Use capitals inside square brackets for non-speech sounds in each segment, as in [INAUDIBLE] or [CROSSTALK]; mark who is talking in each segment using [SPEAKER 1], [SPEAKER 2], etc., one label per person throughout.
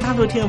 [SPEAKER 1] 大陆听众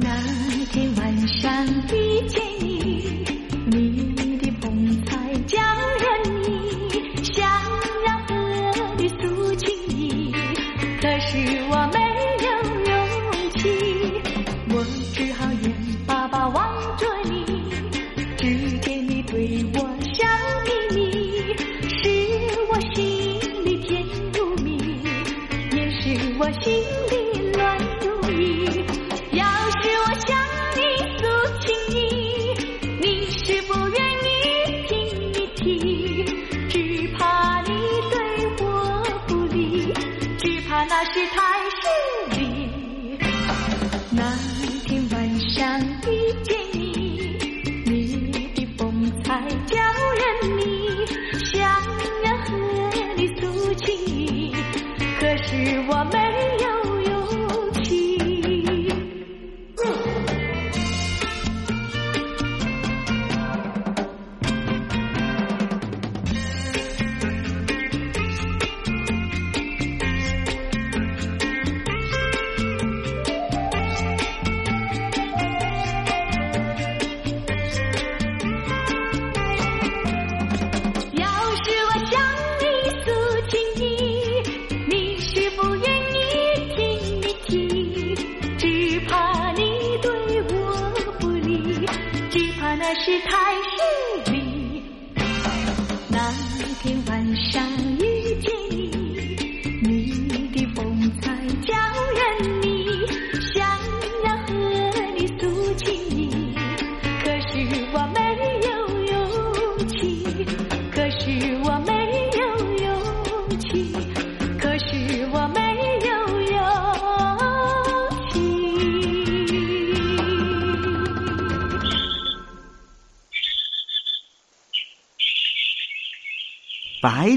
[SPEAKER 2] 那天晚上遇见你，你的风采将人迷，想要和你诉情意，可是我没有勇气，我只好眼巴巴望着你，只见你对我笑眯眯，使我心里甜如蜜，也使我心里乱如意。要是我向你诉情意，你是不愿意听一听，只怕你对我不利，只怕那是太势利。那天晚上遇见你，你的风采叫人迷，想要和你诉情，可是我没有勇气。要是我向你诉情意，你是不愿意听一听，只怕你对我不利，只怕那是太势利。那天晚上遇见你，你的风采叫人迷，想要和你诉情意，可是我没有勇气，可是我没有勇气，可是我没有勇气。
[SPEAKER 1] 百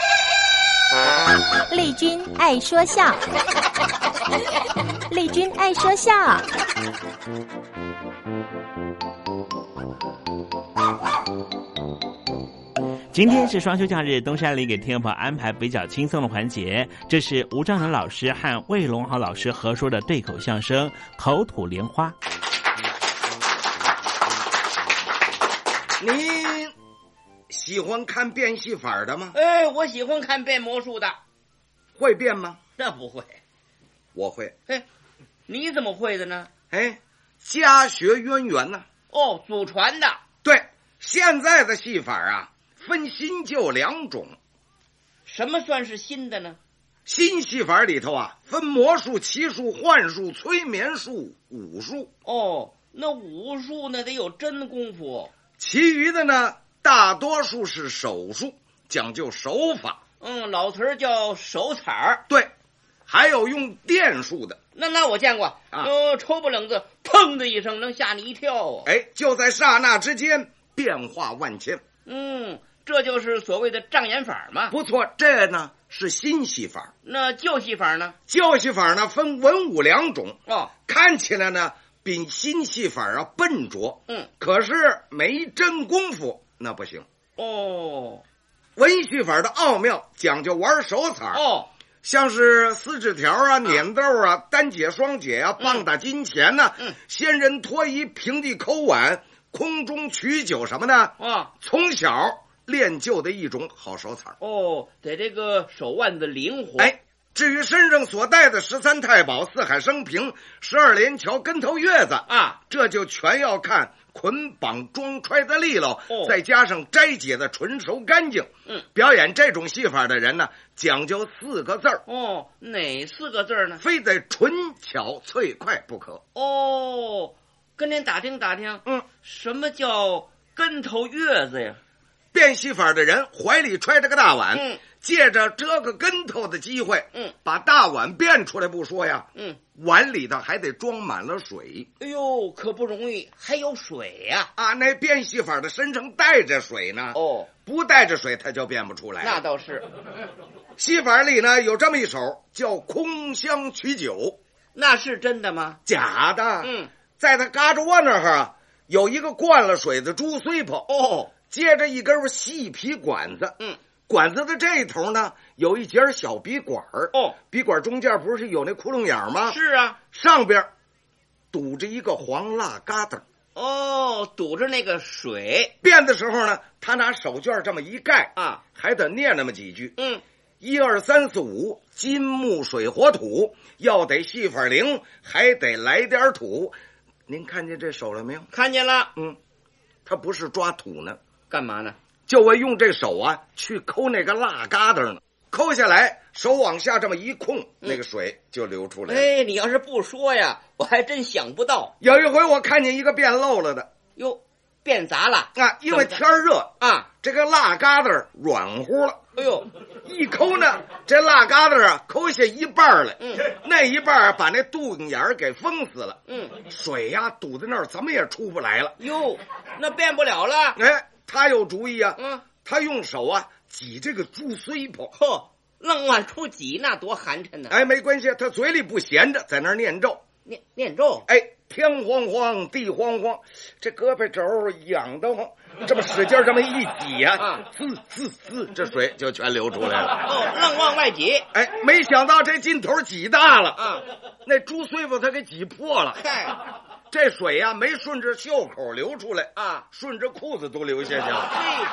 [SPEAKER 3] 丽君爱说笑，丽君爱说笑，
[SPEAKER 1] 今天是双休假日，东山里给听众朋友安排比较轻松的环节。这是吴章仁老师和魏龙豪老师合说的对口相声《口吐莲花》。
[SPEAKER 4] 您喜欢看变戏法的吗？
[SPEAKER 5] 哎，我喜欢看变魔术的，
[SPEAKER 4] 会变吗？
[SPEAKER 5] 那不会。
[SPEAKER 4] 我会。
[SPEAKER 5] 嘿，你怎么会的呢？
[SPEAKER 4] 哎，家学渊源呐。
[SPEAKER 5] 哦，祖传的。
[SPEAKER 4] 对，现在的戏法啊，分新旧两种。
[SPEAKER 5] 什么算是新的呢？
[SPEAKER 4] 新戏法里头啊，分魔术、奇术、幻术、催眠术、武术，
[SPEAKER 5] 哦，那武术那得有真功夫。
[SPEAKER 4] 其余的呢，大多数是手术，讲究手法。
[SPEAKER 5] 嗯，老词儿叫手彩儿。
[SPEAKER 4] 对，还有用电术的。
[SPEAKER 5] 那那我见过，
[SPEAKER 4] 啊
[SPEAKER 5] 呃，抽不冷子，砰的一声，能吓你一跳啊。
[SPEAKER 4] 哎，就在刹那之间，变化万千。
[SPEAKER 5] 嗯，这就是所谓的障眼法嘛。
[SPEAKER 4] 不错，这呢是新戏法。
[SPEAKER 5] 那旧戏法呢？
[SPEAKER 4] 旧戏法呢分文武两种，
[SPEAKER 5] 哦，
[SPEAKER 4] 看起来呢比新戏法啊笨拙，
[SPEAKER 5] 嗯，
[SPEAKER 4] 可是没真功夫那不行。
[SPEAKER 5] 哦，
[SPEAKER 4] 文戏法的奥妙讲究玩手彩儿，
[SPEAKER 5] 哦，
[SPEAKER 4] 像是撕纸条啊、捻豆啊、单解双解啊、棒打金钱呐、
[SPEAKER 5] 嗯
[SPEAKER 4] 仙人脱衣、平地抠碗、空中取酒什么的，
[SPEAKER 5] 啊，
[SPEAKER 4] 从小练就的一种好手彩儿。
[SPEAKER 5] 哦，得这个手腕子灵活。
[SPEAKER 4] 哎，至于身上所带的十三太保、四海升平、十二连桥、跟头月子
[SPEAKER 5] 啊，
[SPEAKER 4] 这就全要看捆绑装揣的利落，
[SPEAKER 5] 哦
[SPEAKER 4] 再加上斋解的纯熟干净。
[SPEAKER 5] 嗯，
[SPEAKER 4] 表演这种戏法的人呢，讲究四个字儿，
[SPEAKER 5] 哦，哪四个字儿呢？
[SPEAKER 4] 非得纯巧脆快不可。
[SPEAKER 5] 哦，跟您打听打听，
[SPEAKER 4] 嗯，
[SPEAKER 5] 什么叫跟头月子呀？
[SPEAKER 4] 变戏法的人怀里揣着个大碗，
[SPEAKER 5] 嗯
[SPEAKER 4] 借着折个跟头的机会，
[SPEAKER 5] 嗯
[SPEAKER 4] 把大碗变出来不说呀，
[SPEAKER 5] 嗯，
[SPEAKER 4] 碗里头还得装满了水
[SPEAKER 5] 哎呦，可不容易，还有水呀、
[SPEAKER 4] 啊。那变戏法的身上带着水呢，
[SPEAKER 5] 哦，
[SPEAKER 4] 不带着水他就变不出来。
[SPEAKER 5] 那倒是，
[SPEAKER 4] 戏法里呢有这么一首叫《空箱取酒》，
[SPEAKER 5] 那是真的吗？
[SPEAKER 4] 假的。
[SPEAKER 5] 嗯，
[SPEAKER 4] 在他嘎吱窝那儿啊，有一个灌了水的猪碎泡，
[SPEAKER 5] 哦，
[SPEAKER 4] 接着一根细皮管子，
[SPEAKER 5] 嗯，
[SPEAKER 4] 管子的这头呢有一节小笔管儿，
[SPEAKER 5] 哦，
[SPEAKER 4] 笔管中间不是有那窟窿眼儿吗？
[SPEAKER 5] 是啊，
[SPEAKER 4] 上边堵着一个黄蜡疙瘩儿。
[SPEAKER 5] 哦，堵着那个水
[SPEAKER 4] 变的时候呢，他拿手绢这么一盖，
[SPEAKER 5] 啊，
[SPEAKER 4] 还得念那么几句：
[SPEAKER 5] 嗯，
[SPEAKER 4] 一二三四五，金木水火土，要得戏法灵，还得来点儿土。您看见这手了没有？
[SPEAKER 5] 看见了，
[SPEAKER 4] 嗯，他不是抓土呢，
[SPEAKER 5] 干嘛呢？
[SPEAKER 4] 就为用这手啊去抠那个蜡疙瘩呢。抠下来，手往下这么一控，那个水就流出来了。
[SPEAKER 5] 嗯哎，你要是不说呀，我还真想不到。
[SPEAKER 4] 有一回我看见一个变漏了的
[SPEAKER 5] 哟，变砸了
[SPEAKER 4] 啊，因为天儿热，
[SPEAKER 5] 啊！
[SPEAKER 4] 这个蜡疙瘩软乎了，
[SPEAKER 5] 哎呦，
[SPEAKER 4] 一抠呢，这蜡疙瘩啊抠下一半儿来，
[SPEAKER 5] 嗯
[SPEAKER 4] 那一
[SPEAKER 2] 啊
[SPEAKER 4] 半儿把那肚子眼儿给封死了，
[SPEAKER 5] 嗯，
[SPEAKER 4] 水呀、堵在那儿怎么也出不来了。
[SPEAKER 5] 哟，那变不了了。
[SPEAKER 4] 哎，他有主意啊，
[SPEAKER 5] 嗯，
[SPEAKER 4] 他用手啊挤这个猪碎泡，
[SPEAKER 5] 嚯，愣往出挤，那多寒碜呢！
[SPEAKER 4] 哎，没关系，他嘴里不闲着，在那儿念咒。
[SPEAKER 5] 念念咒，
[SPEAKER 4] 哎，天荒荒，地荒荒，这胳膊肘儿痒得慌，这么使劲儿这么一挤呀、
[SPEAKER 5] 啊
[SPEAKER 4] 滋滋滋，这水就全流出来了。
[SPEAKER 5] 哦，愣往外挤，
[SPEAKER 4] 哎，没想到这劲头挤大了
[SPEAKER 5] 啊！
[SPEAKER 4] 那猪碎把它给挤破了，
[SPEAKER 5] 嗨，
[SPEAKER 4] 这水呀、没顺着袖口流出来
[SPEAKER 5] 啊
[SPEAKER 4] 顺着裤子都流下去了。
[SPEAKER 5] 嘿，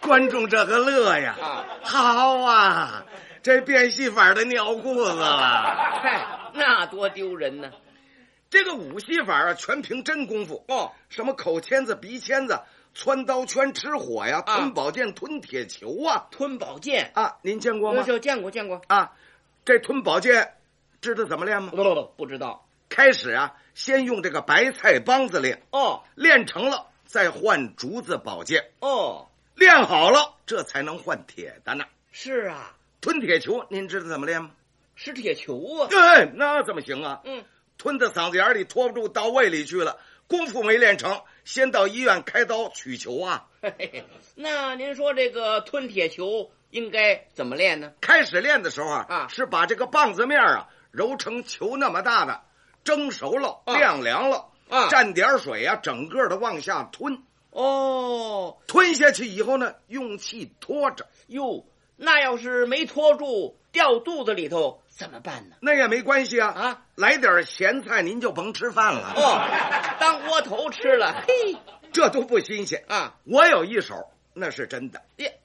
[SPEAKER 4] 观众这个乐呀，
[SPEAKER 5] 啊
[SPEAKER 4] 好啊，这变戏法的尿裤子
[SPEAKER 5] [LAUGHS]
[SPEAKER 4] 了。
[SPEAKER 5] 嗨，那多丢人呢！
[SPEAKER 4] 这个武戏法啊，全凭真功夫
[SPEAKER 5] 哦，
[SPEAKER 4] 什么口签子、鼻签子、穿刀圈、吃火呀、
[SPEAKER 5] 啊
[SPEAKER 4] 吞宝剑、吞铁球啊
[SPEAKER 5] 吞宝剑，
[SPEAKER 4] 啊！您见过
[SPEAKER 5] 我
[SPEAKER 4] 吗？
[SPEAKER 5] 就见过见过，
[SPEAKER 4] 啊，这吞宝剑知道怎么练吗？
[SPEAKER 5] 不不不，不知道
[SPEAKER 4] 开始啊，先用这个白菜帮子练，
[SPEAKER 5] 哦
[SPEAKER 4] 练成了再换竹子宝剑，
[SPEAKER 5] 哦，
[SPEAKER 4] 练好了这才能换铁的呢。
[SPEAKER 5] 是啊，
[SPEAKER 4] 吞铁球，您知道怎么练吗？
[SPEAKER 5] 是铁球啊，
[SPEAKER 4] 哎，那怎么行啊？
[SPEAKER 5] 嗯，
[SPEAKER 4] 吞到嗓子眼里，拖不住，到胃里去了，功夫没练成，先到医院开刀取球啊！
[SPEAKER 5] 嘿嘿那您说这个吞铁球应该怎么练呢？
[SPEAKER 4] 开始练的时候啊，
[SPEAKER 5] 啊
[SPEAKER 4] 是把这个棒子面啊揉成球那么大的，蒸熟了，
[SPEAKER 5] 啊
[SPEAKER 4] 晾凉了，
[SPEAKER 5] 啊
[SPEAKER 4] 蘸点水啊，整个的往下吞，
[SPEAKER 5] 哦
[SPEAKER 4] 吞下去以后呢，用气拖着，
[SPEAKER 5] 哟，那要是没拖住掉肚子里头怎么办呢？
[SPEAKER 4] 那也没关系啊
[SPEAKER 5] 啊！
[SPEAKER 4] 来点咸菜，您就甭吃饭了，
[SPEAKER 5] 哦，当窝头吃了，嘿
[SPEAKER 4] 这都不新鲜。
[SPEAKER 5] 啊！
[SPEAKER 4] 我有一手，那是真的。
[SPEAKER 5] 耶，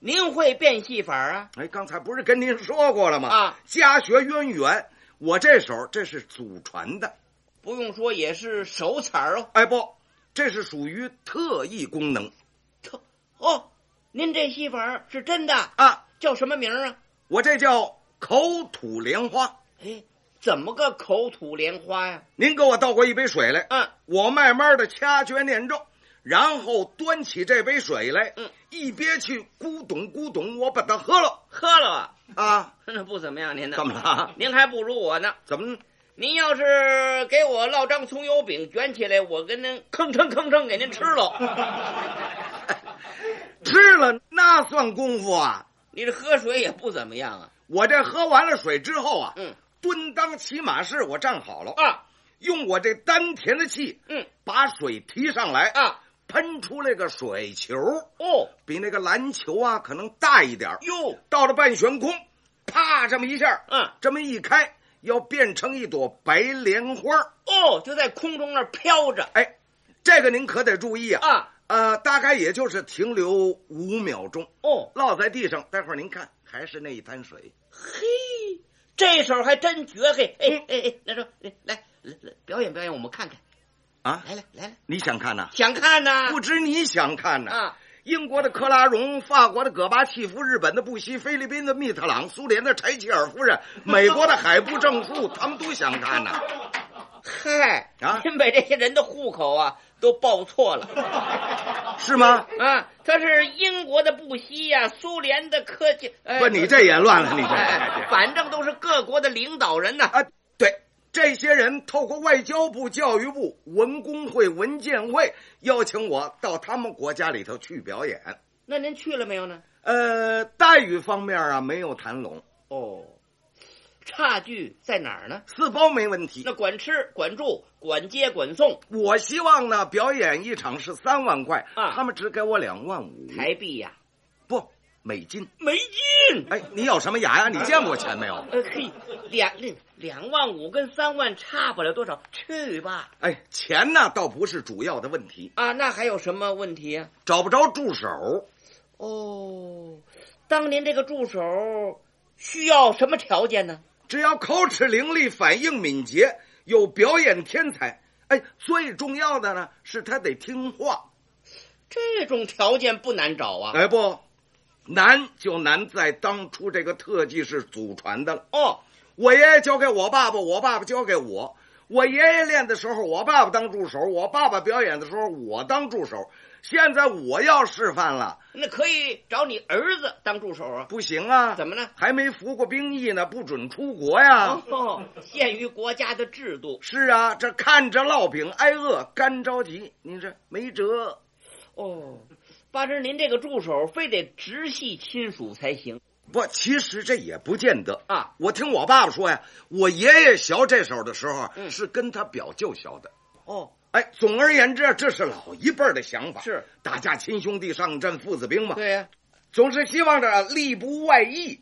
[SPEAKER 5] 您会变戏法啊？
[SPEAKER 4] 哎，刚才不是跟您说过了吗？
[SPEAKER 5] 啊，
[SPEAKER 4] 家学渊源，我这手这是祖传的。
[SPEAKER 5] 不用说，也是手彩儿哦。
[SPEAKER 4] 哎不，这是属于特异功能
[SPEAKER 5] 特哦，您这戏法儿是真的，
[SPEAKER 4] 啊！
[SPEAKER 5] 叫什么名儿啊？
[SPEAKER 4] 我这叫口吐莲花。
[SPEAKER 5] 哎，怎么个口吐莲花呀、
[SPEAKER 4] 您给我倒过一杯水来，
[SPEAKER 5] 嗯，
[SPEAKER 4] 我慢慢的掐诀念咒，然后端起这杯水来，
[SPEAKER 5] 嗯，
[SPEAKER 4] 一憋气，咕咚咕咚，我把它喝了
[SPEAKER 5] 喝了吧？
[SPEAKER 4] 啊！
[SPEAKER 5] [LAUGHS] 那不怎么样，您呢？
[SPEAKER 4] 怎么了
[SPEAKER 5] [LAUGHS] 您还不如我呢。
[SPEAKER 4] 怎么？
[SPEAKER 5] 您要是给我烙张葱油饼卷起来，我跟您吭哧吭哧给您吃了。
[SPEAKER 4] [LAUGHS] 吃了那算功夫啊！
[SPEAKER 5] 你这喝水也不怎么样啊。
[SPEAKER 4] 我这喝完了水之后啊，
[SPEAKER 5] 嗯
[SPEAKER 4] 蹲裆骑马式，我站好了，
[SPEAKER 5] 啊，
[SPEAKER 4] 用我这丹田的气，
[SPEAKER 5] 嗯
[SPEAKER 4] 把水提上来，
[SPEAKER 5] 啊，
[SPEAKER 4] 喷出来个水球，
[SPEAKER 5] 哦
[SPEAKER 4] 比那个篮球啊可能大一点儿
[SPEAKER 5] 哟，
[SPEAKER 4] 到了半悬空，啪，这么一下，
[SPEAKER 5] 嗯
[SPEAKER 4] 这么一开，要变成一朵白莲花儿。
[SPEAKER 5] 哦，就在空中那儿飘着
[SPEAKER 4] 哎，这个您可得注意啊！
[SPEAKER 5] 啊。
[SPEAKER 4] 呃，大概也就是停留五秒钟，
[SPEAKER 5] 哦，
[SPEAKER 4] 落在地上。待会儿您看，还是那一滩水。
[SPEAKER 5] 嘿，这手还真绝嘿！哎哎哎，来说来来来表演表演，我们看看。
[SPEAKER 4] 啊
[SPEAKER 5] 来来来来，
[SPEAKER 4] 你想看呐、
[SPEAKER 5] 想看呐？
[SPEAKER 4] 不止你想看呐、
[SPEAKER 5] 啊，
[SPEAKER 4] 英国的克拉荣，法国的戈巴契夫，日本的布希，菲律宾的密特朗，苏联的柴契尔夫人，美国的海部正副，他们都想看呐、
[SPEAKER 5] 嗨
[SPEAKER 4] 啊
[SPEAKER 5] 您把这些人的户口啊都报错了，
[SPEAKER 4] 是吗？
[SPEAKER 5] 啊，他是英国的布希呀、苏联的科技，哎
[SPEAKER 4] 不，你这也乱了，你这。
[SPEAKER 5] 哎反正都是各国的领导人呐、
[SPEAKER 4] 啊，对，这些人透过外交部、教育部、文工会、文建会邀请我到他们国家里头去表演。
[SPEAKER 5] 那您去了没有呢？
[SPEAKER 4] 呃，待遇方面啊，没有谈拢，
[SPEAKER 5] 哦，差距在哪儿呢？
[SPEAKER 4] 四包没问题。
[SPEAKER 5] 那管吃、管住、管接、管送，
[SPEAKER 4] 我希望呢，表演一场是三万块，
[SPEAKER 5] 啊
[SPEAKER 4] 他们只给我两万五
[SPEAKER 5] 台币呀、
[SPEAKER 4] 不美金。
[SPEAKER 5] 没劲。
[SPEAKER 4] 哎，你有什么牙呀？你见过钱没有？
[SPEAKER 5] 呃，嘿，两两两万五跟三万差不了多少，去吧。
[SPEAKER 4] 哎，钱呢倒不是主要的问题，
[SPEAKER 5] 啊，那还有什么问题啊？
[SPEAKER 4] 找不着助手。
[SPEAKER 5] 哦，当您这个助手需要什么条件呢？
[SPEAKER 4] 只要口齿伶俐、反应敏捷，有表演天才。哎，最重要的呢是他得听话。
[SPEAKER 5] 这种条件不难找啊。
[SPEAKER 4] 哎，不难就难在当初这个特技是祖传的了。
[SPEAKER 5] 哦，
[SPEAKER 4] 我爷爷教给我爸爸，我爸爸教给我。我爷爷练的时候，我爸爸当助手；我爸爸表演的时候，我当助手。现在我要示范了，
[SPEAKER 5] 那可以找你儿子当助手啊？
[SPEAKER 4] 不行啊！
[SPEAKER 5] 怎
[SPEAKER 4] 么
[SPEAKER 5] 么呢？
[SPEAKER 4] 还没服过兵役呢？不准出国呀！
[SPEAKER 5] 哦，限于国家的制度。
[SPEAKER 4] 是啊，这看着烙饼挨饿，干着急，您这没辙。
[SPEAKER 5] 哦，八珍，您这个助手非得直系亲属才行
[SPEAKER 4] 不，其实这也不见得。
[SPEAKER 5] 啊。
[SPEAKER 4] 我听我爸爸说呀，我爷爷学这手的时候啊
[SPEAKER 5] 嗯
[SPEAKER 4] 是跟他表舅学的。
[SPEAKER 5] 哦，
[SPEAKER 4] 哎，总而言之，这是老一辈儿的想法，
[SPEAKER 5] 是
[SPEAKER 4] 打架亲兄弟，上阵父子兵嘛。
[SPEAKER 5] 对呀、
[SPEAKER 4] 总是希望着力不外溢，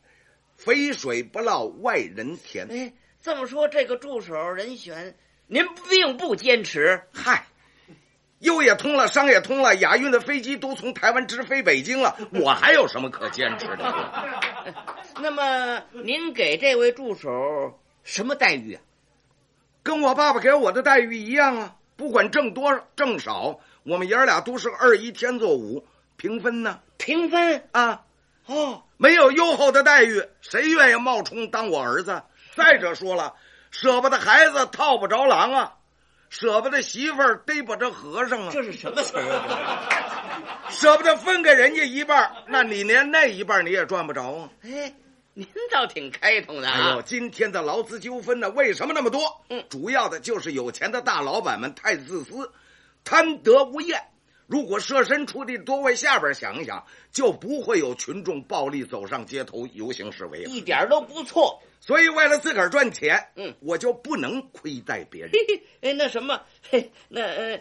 [SPEAKER 4] 肥水不落外人田。
[SPEAKER 5] 哎，这么说，这个助手人选您并不坚持
[SPEAKER 4] 嗨，优也通了，商也通了，亚运的飞机都从台湾直飞北京了，我还有什么可坚持的？
[SPEAKER 5] [LAUGHS] 那么，您给这位助手什么待遇啊？
[SPEAKER 4] 跟我爸爸给我的待遇一样啊，不管挣多少挣少，我们爷儿俩都是二一天作五，平分呢
[SPEAKER 5] 评分
[SPEAKER 4] 啊，
[SPEAKER 5] 哦，
[SPEAKER 4] 没有优厚的待遇，谁愿意冒充当我儿子？再者说了，舍不得孩子套不着狼啊，舍不得媳妇儿逮不着和尚啊，
[SPEAKER 5] 这是什么词儿啊？
[SPEAKER 4] 舍不得分给人家一半儿，那你连那一半儿你也赚不着啊。
[SPEAKER 5] 这哎，您倒挺开通的
[SPEAKER 4] 哎呦，
[SPEAKER 5] 啊！
[SPEAKER 4] 今天的劳资纠纷呢，为什么那么多？
[SPEAKER 5] 嗯
[SPEAKER 4] 主要的就是有钱的大老板们太自私，贪得无厌。如果设身处地多为下边想一想，就不会有群众暴力走上街头游行示威了。
[SPEAKER 5] 一点都不错。
[SPEAKER 4] 所以，为了自个儿赚钱，
[SPEAKER 5] 嗯
[SPEAKER 4] 我就不能亏待别人
[SPEAKER 5] 嘿。嘿，哎，那什么，嘿，那呃，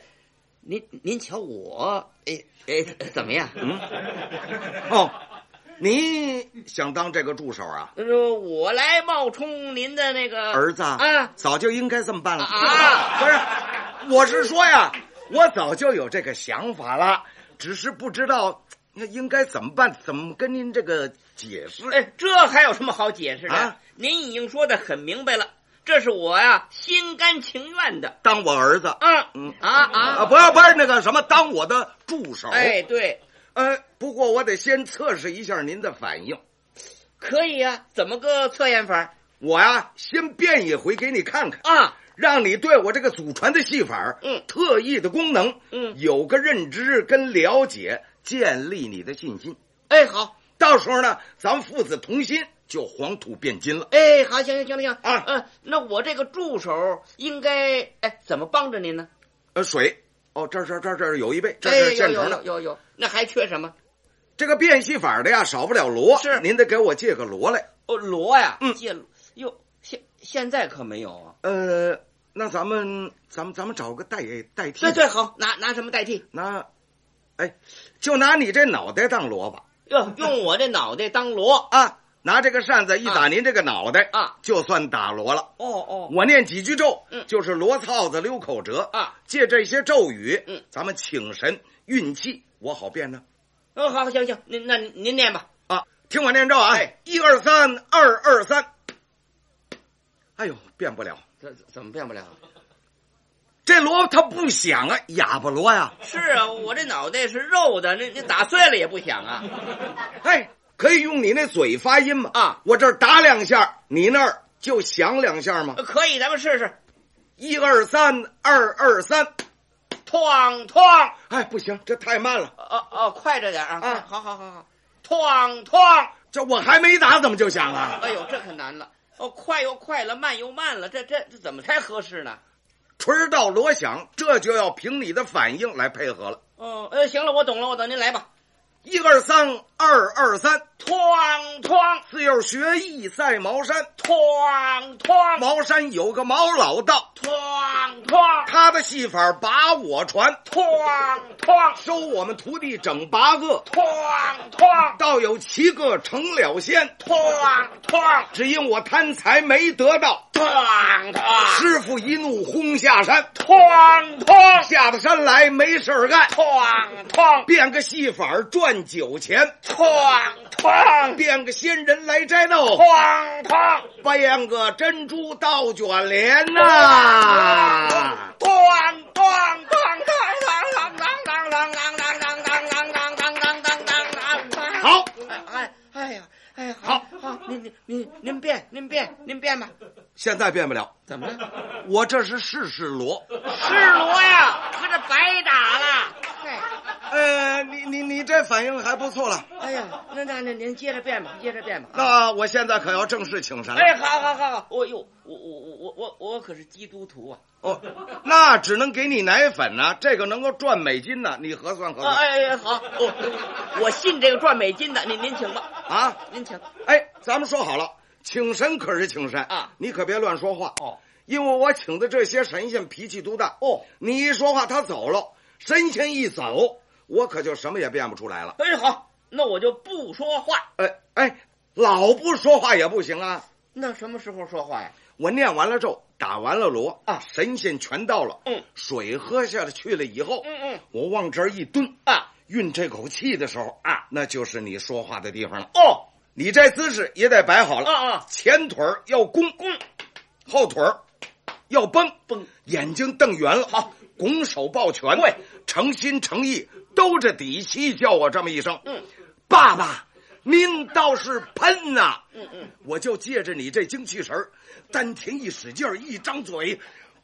[SPEAKER 5] 您您瞧我，哎哎，怎么样？嗯，
[SPEAKER 4] 哦，你想当这个助手啊，
[SPEAKER 5] 说我来冒充您的那个
[SPEAKER 4] 儿子
[SPEAKER 5] 啊，
[SPEAKER 4] 早就应该这么办了
[SPEAKER 5] 啊
[SPEAKER 4] 不是，我是说呀，我早就有这个想法了，只是不知道那应该怎么办，怎么跟您这个解释。
[SPEAKER 5] 哎，这还有什么好解释的？
[SPEAKER 4] 啊
[SPEAKER 5] 您已经说的很明白了，这是我呀、心甘情愿的。
[SPEAKER 4] 当我儿子，
[SPEAKER 5] 啊，
[SPEAKER 4] 嗯
[SPEAKER 5] 啊啊！
[SPEAKER 4] 啊，不要不是那个什么，当我的助手。
[SPEAKER 5] 哎，，对，
[SPEAKER 4] 呃，不过我得先测试一下您的反应。
[SPEAKER 5] 可以啊。怎么个测验法
[SPEAKER 4] 我呀、先变一回给你看看，
[SPEAKER 5] 啊？
[SPEAKER 4] 让你对我这个祖传的戏法儿，
[SPEAKER 5] 嗯
[SPEAKER 4] 特异的功能，
[SPEAKER 5] 嗯
[SPEAKER 4] 有个认知跟了解，建立你的信心。
[SPEAKER 5] 哎，好，
[SPEAKER 4] 到时候呢，咱们父子同心，就黄土变金了。
[SPEAKER 5] 哎，好，行行行了行
[SPEAKER 4] 啊
[SPEAKER 5] 嗯、那我这个助手应该哎怎么帮着您呢？
[SPEAKER 4] 呃，水，哦，这儿这儿这儿这儿有一杯，这
[SPEAKER 5] 哎，
[SPEAKER 4] 是
[SPEAKER 5] 有
[SPEAKER 4] 现
[SPEAKER 5] 有
[SPEAKER 4] 成
[SPEAKER 5] 有
[SPEAKER 4] 的。
[SPEAKER 5] 有有，那还缺什么？
[SPEAKER 4] 这个变戏法的呀，少不了锣。
[SPEAKER 5] 是
[SPEAKER 4] 您得给我借个锣来。
[SPEAKER 5] 哦，锣呀，
[SPEAKER 4] 嗯
[SPEAKER 5] 借锣哟，现现在可没有啊。
[SPEAKER 4] 呃，那咱们咱们咱们找个代代替。
[SPEAKER 5] 对对，，好，拿拿什么代替？
[SPEAKER 4] 那，哎，就拿你这脑袋当锣吧。
[SPEAKER 5] 哟，用我这脑袋当锣。
[SPEAKER 4] 啊，拿这个扇子一
[SPEAKER 5] 啊
[SPEAKER 4] 打您这个脑袋
[SPEAKER 5] 啊
[SPEAKER 4] 就算打锣了。
[SPEAKER 5] 哦哦，
[SPEAKER 4] 我念几句咒，
[SPEAKER 5] 嗯
[SPEAKER 4] 就是罗操子溜口折
[SPEAKER 5] 啊。
[SPEAKER 4] 借这些咒语，
[SPEAKER 5] 嗯，
[SPEAKER 4] 咱们请神运气，我好变呢。
[SPEAKER 5] 嗯，好，行行，您那您念吧。哎
[SPEAKER 4] 啊，听我念咒啊！一二三，二二三。哎呦，变不了，
[SPEAKER 5] 怎怎么变不了？
[SPEAKER 4] 这锣它不响啊，哑巴锣呀、
[SPEAKER 5] 是啊，我这脑袋是肉的，那那打碎了也不响啊。
[SPEAKER 4] 哎，可以用你那嘴发音吗？
[SPEAKER 5] 啊，
[SPEAKER 4] 我这儿打两下，你那儿就
[SPEAKER 5] 呃
[SPEAKER 4] 响两下吗？
[SPEAKER 5] 可以，咱们试试。
[SPEAKER 4] 一二三，二二三。
[SPEAKER 5] 哐哐！
[SPEAKER 4] 哎，不行，这太慢了。
[SPEAKER 5] 哦哦，快着点啊！
[SPEAKER 4] 啊
[SPEAKER 5] 好好好好，哐哐！
[SPEAKER 4] 这我还没打，怎么就响啊了？
[SPEAKER 5] 哎呦，这可难了！哦，快又快了，慢又慢了，这这这怎么才合适呢？
[SPEAKER 4] 锤到锣响，这就要凭你的反应来配合了。
[SPEAKER 5] 哦，呃，行了，我懂了，我等您来吧。
[SPEAKER 4] 一二三，二二三，
[SPEAKER 5] 哐哐
[SPEAKER 4] 四友学艺赛茅山，
[SPEAKER 5] 哐哐
[SPEAKER 4] 茅山有个毛老道，
[SPEAKER 5] 哐哐
[SPEAKER 4] 他的戏法把我传，
[SPEAKER 5] 哐哐
[SPEAKER 4] 收我们徒弟整八个，
[SPEAKER 5] 哐哐
[SPEAKER 4] 倒有七个成了仙，
[SPEAKER 5] 哐哐
[SPEAKER 4] 只因我贪财没得到，
[SPEAKER 5] 哐哐
[SPEAKER 4] 师傅一怒轰下山，
[SPEAKER 5] 哐哐
[SPEAKER 4] 下到山来没事儿干，
[SPEAKER 5] 哐哐
[SPEAKER 4] 变个戏法赚酒钱，
[SPEAKER 5] 哐哐
[SPEAKER 4] 变个仙人来摘豆，
[SPEAKER 5] 哐哐
[SPEAKER 4] 变个珍珠倒卷帘呐、
[SPEAKER 5] 咣咣咣当当当当当当当当当当当当当当当当。
[SPEAKER 4] 好，
[SPEAKER 5] 哎哎呀，哎呀，好好，您您您您变，您变，您变吧。
[SPEAKER 4] 现在变不了，
[SPEAKER 5] 怎么了？
[SPEAKER 4] 我这是试试锣。
[SPEAKER 5] 是罗呀，可这白打了。
[SPEAKER 4] 呃，你你你这反应还不错了，
[SPEAKER 5] 哎呀，那那那您接着变吧，接着变吧。
[SPEAKER 4] 那我现在可要正式请神了。
[SPEAKER 5] 哎，好好好好，我哟，我我我我我我可是基督徒啊！
[SPEAKER 4] 哦，那只能给你奶粉呢、这个能够赚美金呢、你核算核算。
[SPEAKER 5] 哎哎，好，哦我我信这个赚美金的，您您请吧，
[SPEAKER 4] 啊，
[SPEAKER 5] 您请。
[SPEAKER 4] 哎，咱们说好了，请神可是请神
[SPEAKER 5] 啊
[SPEAKER 4] 你可别乱说话
[SPEAKER 5] 哦，
[SPEAKER 4] 因为我请的这些神仙脾气都大
[SPEAKER 5] 哦，
[SPEAKER 4] 你一说话他走了，神仙一走，我可就什么也变不出来了。
[SPEAKER 5] 哎，好，那我就不说话。
[SPEAKER 4] 哎哎，老不说话也不行啊，
[SPEAKER 5] 那什么时候说话呀？
[SPEAKER 4] 我念完了咒，打完了锣
[SPEAKER 5] 啊
[SPEAKER 4] 神仙全到了，
[SPEAKER 5] 嗯，
[SPEAKER 4] 水喝下去了以后，
[SPEAKER 5] 嗯嗯，
[SPEAKER 4] 我往这儿一蹲
[SPEAKER 5] 啊，
[SPEAKER 4] 运这口气的时候啊，那就是你说话的地方了。
[SPEAKER 5] 哦，
[SPEAKER 4] 你这姿势也得摆好了，
[SPEAKER 5] 啊啊
[SPEAKER 4] 前腿儿要弓弓，后腿儿要绷
[SPEAKER 5] 绷，
[SPEAKER 4] 眼睛瞪圆了，好，拱手抱拳，
[SPEAKER 5] 对，
[SPEAKER 4] 诚心诚意，兜着底气叫我这么一声，
[SPEAKER 5] 嗯，
[SPEAKER 4] 爸爸。您倒是喷呐、
[SPEAKER 5] 嗯嗯，
[SPEAKER 4] 我就借着你这精气神儿，丹田一使劲儿，一张嘴，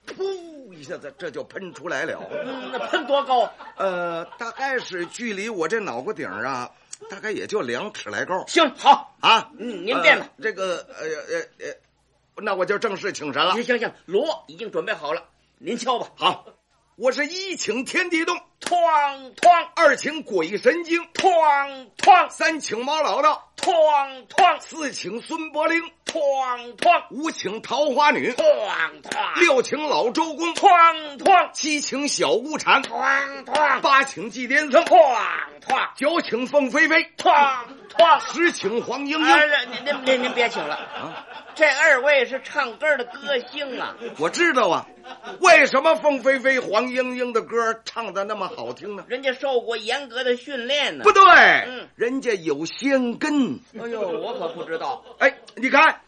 [SPEAKER 4] 噗一下子，这就喷出来了。
[SPEAKER 5] 嗯，那喷多高？
[SPEAKER 4] 呃，大概是距离我这脑瓜顶儿啊，大概也就两尺来高
[SPEAKER 5] 行，好，
[SPEAKER 4] 啊。
[SPEAKER 5] 嗯您变吧
[SPEAKER 4] 呃这个呃呃呃，那我就正式请神了
[SPEAKER 5] 行。行行，锣已经准备好了，您敲吧。
[SPEAKER 4] 好，我是一请天地动，
[SPEAKER 5] 哐哐
[SPEAKER 4] 二请鬼神经，
[SPEAKER 5] 哐哐
[SPEAKER 4] 三请猫老道，
[SPEAKER 5] 哐哐
[SPEAKER 4] 四请孙伯龄，
[SPEAKER 5] 哐哐
[SPEAKER 4] 五请桃花女，
[SPEAKER 5] 哐哐，
[SPEAKER 4] 六请老周公，
[SPEAKER 5] 哐哐
[SPEAKER 4] 七请小乌禅，
[SPEAKER 5] 哐哐
[SPEAKER 4] 八请祭天僧，
[SPEAKER 5] 哐哐
[SPEAKER 4] 九请凤飞飞，
[SPEAKER 5] 哐哐。
[SPEAKER 4] 十请黄莺
[SPEAKER 5] 哎
[SPEAKER 4] 莺。
[SPEAKER 5] 呀，您您您您别请了啊！这二位是唱歌的歌星啊，
[SPEAKER 4] 我知道啊， [LAUGHS] 为什么凤飞飞、黄莺莺的歌唱的那么好听呢？
[SPEAKER 5] 人家受过严格的训练呢。
[SPEAKER 4] 不对，
[SPEAKER 5] 嗯
[SPEAKER 4] 人家有仙根。
[SPEAKER 5] 哎呦，我可不知道。
[SPEAKER 4] 哎，你看，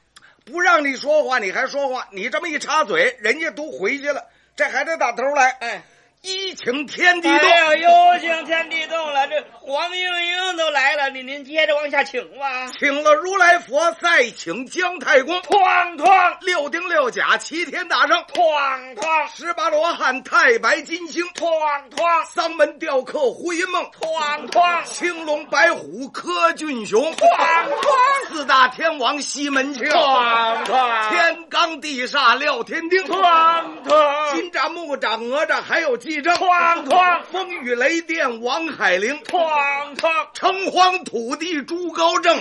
[SPEAKER 4] 不让你说话，你还说话，你这么一插嘴，人家都回去了，这还得打头来。
[SPEAKER 5] 哎，
[SPEAKER 4] 一请天地动，
[SPEAKER 5] 哎呦，有请天地动了，这黄莺莺都来了，您您接着往下请吧。
[SPEAKER 4] 请了如来佛，再请姜太公，
[SPEAKER 5] 哐哐
[SPEAKER 4] 六丁六甲，齐天大圣，
[SPEAKER 5] 哐哐
[SPEAKER 4] 十八罗汉，太白金星，
[SPEAKER 5] 哐哐
[SPEAKER 4] 丧门吊客，胡因梦，
[SPEAKER 5] 哐哐
[SPEAKER 4] 青龙白虎，柯俊雄，四大天王西门庆，
[SPEAKER 5] 哐哐
[SPEAKER 4] 天罡地煞廖天丁，
[SPEAKER 5] 哐哐
[SPEAKER 4] 金吒木吒哪吒，还有纪政，
[SPEAKER 5] 哐哐
[SPEAKER 4] 风雨雷电王海玲，
[SPEAKER 5] 哐哐
[SPEAKER 4] 城隍土地朱高正，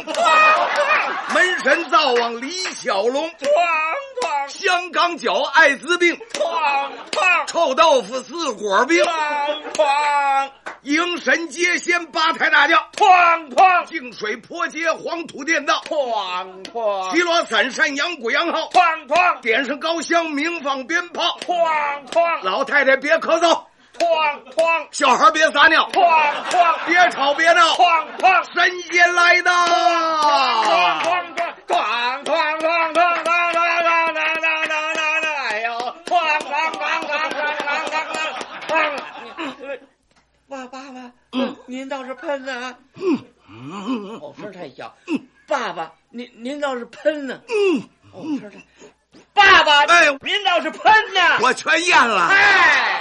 [SPEAKER 4] 门神灶王李小龙，
[SPEAKER 5] 哐
[SPEAKER 4] 香港脚艾滋病，
[SPEAKER 5] 哐哐
[SPEAKER 4] 臭豆腐四果冰，
[SPEAKER 5] 哐哐
[SPEAKER 4] 迎神接仙八抬大轿，
[SPEAKER 5] 哐哐
[SPEAKER 4] 净水坡街黄土垫道，
[SPEAKER 5] 哐
[SPEAKER 4] 骑
[SPEAKER 5] 哐
[SPEAKER 4] 罗伞扇羊鼓羊号，
[SPEAKER 5] 哐哐
[SPEAKER 4] 点上高香鸣放鞭炮，
[SPEAKER 5] 哐哐
[SPEAKER 4] 老太太别咳嗽，
[SPEAKER 5] 哐哐
[SPEAKER 4] 小孩别撒尿，
[SPEAKER 5] 哐哐
[SPEAKER 4] 别吵别闹，
[SPEAKER 5] 哐哐。
[SPEAKER 4] 神仙来到。
[SPEAKER 5] 哎爸爸爸，您倒是喷呢、啊！哦，声太小。爸爸，您您倒是喷呢、哦，声太。爸爸，
[SPEAKER 4] 哎
[SPEAKER 5] 您倒是喷呢、
[SPEAKER 4] 我全咽了。
[SPEAKER 5] 哎。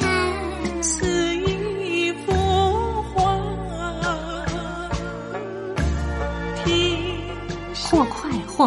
[SPEAKER 2] 看似一幅画，听
[SPEAKER 6] 或快或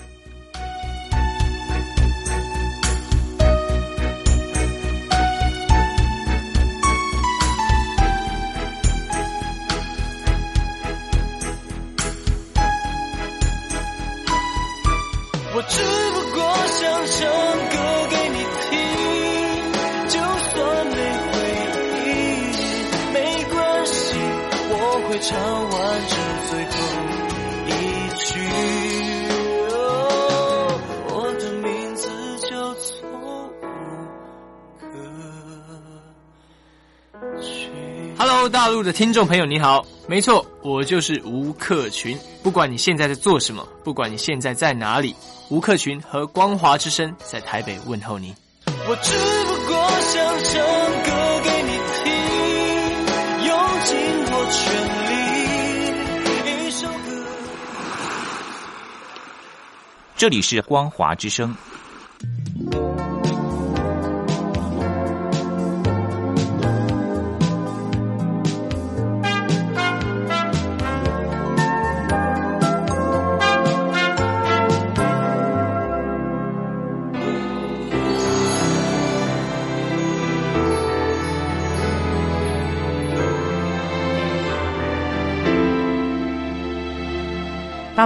[SPEAKER 7] 我只不过想唱歌给你听，就算没回应，没关系，我会唱完这最后一句。哦我的名字叫做吴克群。
[SPEAKER 8] Hello，大陆的听众朋友，你好，没错，我就是吴克群。不管你现在在做什么，不管你现在在哪里，吴克群和光华之声在台北问候你。
[SPEAKER 7] 我只不过想唱歌给你听，用尽我全力。一首歌，
[SPEAKER 9] 这里是光华之声。
[SPEAKER 1] 大